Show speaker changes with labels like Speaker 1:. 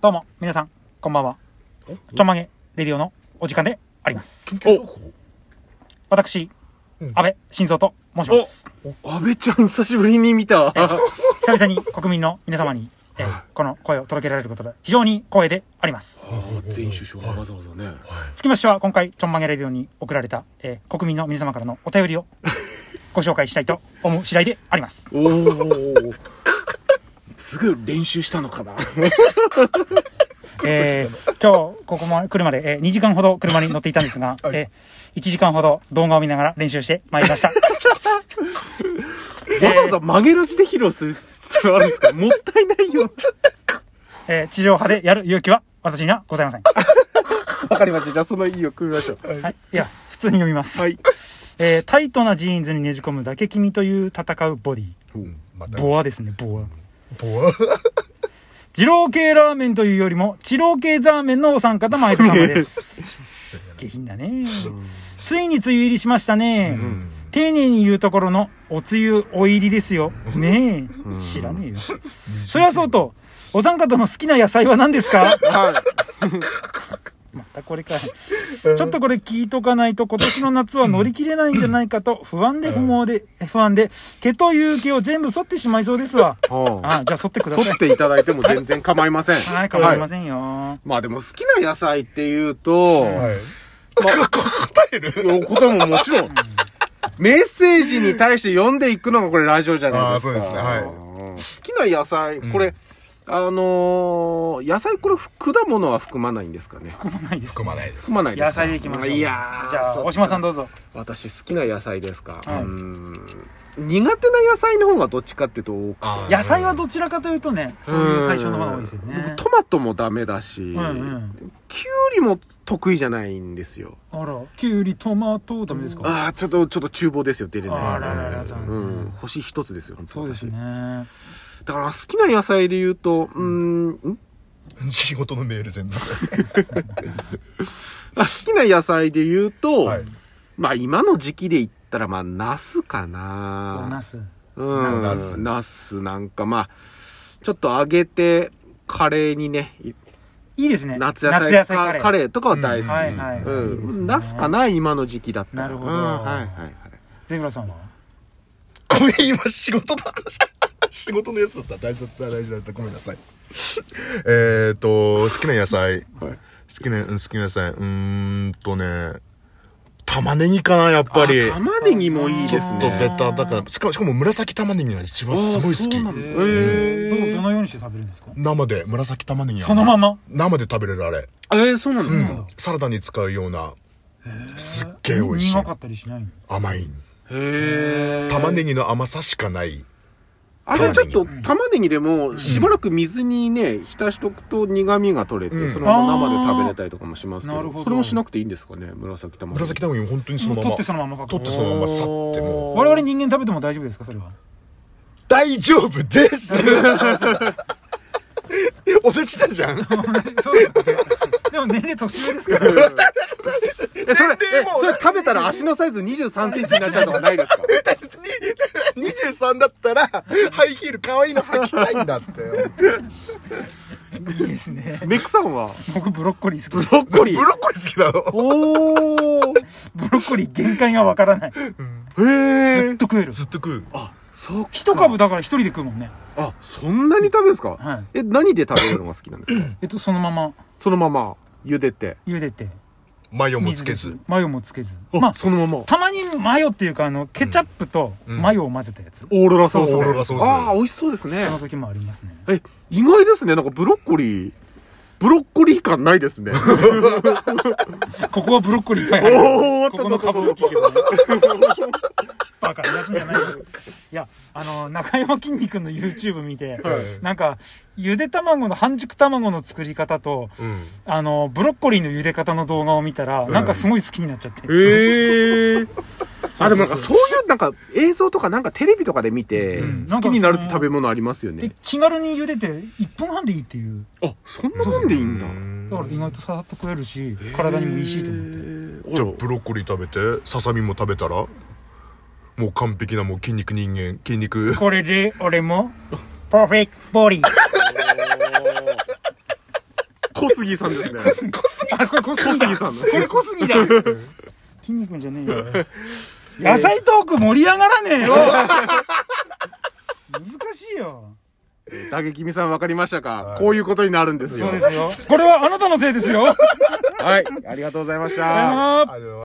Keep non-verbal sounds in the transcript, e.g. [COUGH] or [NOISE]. Speaker 1: どうも、皆さん、こんばんは。ちょんまげレディオのお時間であります。
Speaker 2: 緊急速報
Speaker 1: 私、
Speaker 2: うん
Speaker 1: 安倍晋三と申します。
Speaker 3: 安倍ちゃん久しぶりに見た。
Speaker 1: 久々に国民の皆様
Speaker 2: [LAUGHS]
Speaker 1: に、えーこの声を届けられることで非常に光栄であります。
Speaker 3: 前首相がわざわざね。
Speaker 1: つきましては、今回、ちょんまげレディオに送られた、えー国民の皆様からのお便り
Speaker 2: [LAUGHS]
Speaker 1: をご紹介したいと思う次第であります。
Speaker 3: おお。すぐ練習したのかな。
Speaker 1: えー今日、ここま来るまで、え2時間ほど車に乗っていたんですが、え1時間ほど動画を見ながら練習してまいり
Speaker 2: [LAUGHS]
Speaker 1: ました。
Speaker 3: わざわざ曲げなしで披露する必要あるん [LAUGHS] ですかもったいないよ。
Speaker 1: えー地上波でやる勇気は私にはございません。
Speaker 3: わかりました。じゃあその意を組みましょう。
Speaker 1: はい、いや、普通に読みます。
Speaker 3: はい。
Speaker 1: えータイトなジーンズにねじ込むだけ君という戦うボディ。
Speaker 2: また
Speaker 1: ボアですね、ボア。
Speaker 2: ボア
Speaker 1: [LAUGHS] 二郎系ラーメンというよりも、二郎系ザーメンのお三方、マイク様です。
Speaker 2: [LAUGHS]
Speaker 1: 下品だね。ついに梅雨入りしましたね。丁寧に言うところの、お梅雨お入りですよ。ねえ。知らねえよ。そりゃそうと、お三方の好きな野菜は何ですかまたこれか。ちょっとこれ聞いとかないと今年の夏は乗り切れないんじゃないかと不安で不毛で、不安で、毛という毛を全部剃ってしまいそうですわ。
Speaker 3: は
Speaker 1: ああ、じゃあ剃ってくださ
Speaker 3: 取
Speaker 1: い
Speaker 3: っ。ていただいても全然構いません。
Speaker 1: はい、構いま
Speaker 3: せん。
Speaker 1: せんよ。
Speaker 3: まあでも好きな野菜っていうと、
Speaker 2: はい
Speaker 3: まあ
Speaker 2: 答える
Speaker 3: お答えももちろん、メッセージに対して読んでいくのがこれラジオじゃないですか。
Speaker 2: あーそうですねはい
Speaker 3: 好きな野菜、これ、
Speaker 2: う
Speaker 3: あのー野菜これ、果物は含まないんですかね
Speaker 1: 構わないです。
Speaker 2: 含まないです
Speaker 3: 含まないです
Speaker 1: 野菜でいきましょう。
Speaker 3: いやー
Speaker 1: じゃあ、
Speaker 3: そう
Speaker 1: 大島さんどうぞ。
Speaker 3: 私好きな野菜ですか、
Speaker 1: はいう
Speaker 3: ーん苦手な野菜の方がどっちかっていうと多く
Speaker 2: あー
Speaker 1: 野菜はどちらかというとね、そういう対象の方が多いですよね。
Speaker 3: トマトもダメだし、
Speaker 1: うんうん。
Speaker 3: きゅうりも得意じゃないんですよ
Speaker 1: あら、きゅうり、トマト、ダメですか
Speaker 3: ああちょっとちょっと厨房ですよ出れないで
Speaker 1: あ
Speaker 3: すね
Speaker 1: らららら。
Speaker 3: うん、星一つですよ、本当
Speaker 1: そうですね。
Speaker 3: だから好きな野菜で言うと、うーん、ん
Speaker 2: 仕事のメール全部
Speaker 3: あ好きな野菜で言うと、
Speaker 2: はい
Speaker 3: まあ今の時期で言ったら、まあ、ナスか
Speaker 1: お
Speaker 3: な
Speaker 1: ナス。
Speaker 3: うん、
Speaker 2: ナ
Speaker 3: ナ
Speaker 2: ス
Speaker 3: ス。ナスなんか、まあ、ちょっと揚げて、カレーにね、い
Speaker 1: いいですね。
Speaker 3: 夏野菜
Speaker 1: カレー。
Speaker 3: カレーとかは大好き。
Speaker 2: うん
Speaker 1: はいはい。
Speaker 3: う
Speaker 1: いいです
Speaker 3: ん、
Speaker 1: ね
Speaker 3: ナスかな今の時期だったら。
Speaker 1: なるほど
Speaker 3: うんはいはいはい。
Speaker 1: ゼブラさんは
Speaker 2: ごめん今仕事の話 [LAUGHS] 仕事のやつだった大事だった大事だったごめんなさいえーと好きな野菜好
Speaker 3: はい
Speaker 2: きなうん好きな野菜うーんとね玉ねぎかなやっぱり
Speaker 3: あ玉ねぎもいい
Speaker 2: ちょ
Speaker 3: です
Speaker 2: っ
Speaker 3: ね。
Speaker 2: とベタだからしかもしかも紫玉ねぎが一番すごい好き
Speaker 3: あーそうなんだ
Speaker 1: えー
Speaker 3: え
Speaker 1: ど、ど
Speaker 3: ー
Speaker 1: のようにして食べるんですか
Speaker 2: 生で紫玉ねぎが
Speaker 1: そのまま。
Speaker 2: 生で食べれるあれ
Speaker 3: えー、そうなんですか、
Speaker 2: サラダに使うようなすっげえ美味しい
Speaker 1: 苦かったりしないの
Speaker 2: 甘い
Speaker 3: へえ。
Speaker 2: 玉ねぎの甘さしかない
Speaker 3: あれちょっと玉ねぎでもしばらく水にね浸しとくと苦味が取れて、
Speaker 2: うん
Speaker 3: そのまま生で食べれたりとかもしますけ
Speaker 1: あー
Speaker 3: ど
Speaker 1: なるほど
Speaker 3: それもしなくていいんですかね紫玉ねぎ
Speaker 2: 紫玉ねぎ本当にその
Speaker 1: もう
Speaker 2: ま
Speaker 1: 取
Speaker 2: ま
Speaker 1: ってそのままか
Speaker 2: 取ってそのままさってもう
Speaker 1: 我々人間食べても大丈夫ですかそ
Speaker 2: [LAUGHS]
Speaker 1: れは。
Speaker 2: 大丈夫です
Speaker 1: [LAUGHS]
Speaker 2: 俺ちだじゃん [LAUGHS]
Speaker 1: そうですねでも年齢年上ですから。
Speaker 3: えそれえ
Speaker 2: でも
Speaker 3: それ食べたら足のサイズ2 3センチになっちゃうとかないですか
Speaker 2: に23だったらハイヒール可愛いの履きたいんだって
Speaker 1: いいですね。
Speaker 3: メクさんは
Speaker 1: 僕ブロッコリー好き
Speaker 3: ブ
Speaker 1: で
Speaker 3: ロ
Speaker 1: す。
Speaker 3: ッコリー
Speaker 2: ブロッコリー好きなの
Speaker 3: おお
Speaker 1: ブロッコリー限界がわからない。ずっ
Speaker 3: へ
Speaker 1: と
Speaker 3: え
Speaker 1: 食える。
Speaker 2: ずっと食う
Speaker 3: あそう
Speaker 1: 一株だから一人で食うもんね。
Speaker 3: あそんなに食べるんですか、
Speaker 1: はい
Speaker 3: え何で食べるのが好きなんです
Speaker 1: [CLEARS THROAT]
Speaker 3: か
Speaker 1: えっと、そのまま
Speaker 3: そのまま茹でて
Speaker 1: 茹でて。
Speaker 2: マヨもつ
Speaker 1: 水
Speaker 2: け
Speaker 1: で
Speaker 2: ず。
Speaker 1: マヨもつけず。
Speaker 3: あ、
Speaker 1: まあ、
Speaker 3: そのまま
Speaker 1: たまにマヨっていうか、あの、ケチャップとマヨを混ぜたやつ。
Speaker 3: オーロラソース
Speaker 2: オーロラソース
Speaker 3: ああ美味しそうですね
Speaker 1: その時もありますね。
Speaker 3: え、意外ですね。なんかブロッコリー、ブロッコリー感ないですね。
Speaker 1: ここはブロッコリーいっぱい入
Speaker 3: お
Speaker 1: る。
Speaker 3: ーっ
Speaker 1: ことこの株大きいけどね。 [LAUGHS] バカになすんじゃないよいや、あの、中山きんに君の YouTube 見て、なんか、ゆで卵の、半熟卵の作り方と、
Speaker 2: うん
Speaker 1: あの、ブロッコリーの茹で方の動画を見たら、なんかすごい好きになっちゃって。
Speaker 3: ええあ、でもなんか
Speaker 1: そう
Speaker 3: そういうなんか映像とかなんかテレビとかで見て
Speaker 2: うん、
Speaker 3: 好きになるって食べ物ありますよ
Speaker 1: で
Speaker 3: ね。、
Speaker 1: 気軽に茹でて、1分半でいいっていう。
Speaker 3: あ、そんなもんでいいんだ。
Speaker 1: だから意外とさらっと食えるし、体にもいいしと思って。
Speaker 2: じゃあ
Speaker 3: 思
Speaker 2: ブロッコリー食べてささみも食べたらもう完璧なもう筋肉人間
Speaker 1: [LAUGHS]
Speaker 2: 筋肉
Speaker 1: これで、俺も、パーフェクトボディ。
Speaker 3: 小杉さんですね。
Speaker 2: 小杉
Speaker 1: あ、これ小
Speaker 3: 小
Speaker 1: 杉だ
Speaker 3: 杉。さんの。
Speaker 1: これ小杉だ。 [LAUGHS] 筋肉じゃねえ
Speaker 3: [LAUGHS]
Speaker 1: よ。野菜トーク盛り上がらねえよ。難しいよ。
Speaker 3: 打撃みさん分かりましたかこういうことになるんですよ。
Speaker 1: よ。
Speaker 3: [LAUGHS]
Speaker 1: これはあなたのせいですよ。さよ
Speaker 3: はい。ありがとうございました。
Speaker 1: なら。
Speaker 2: あの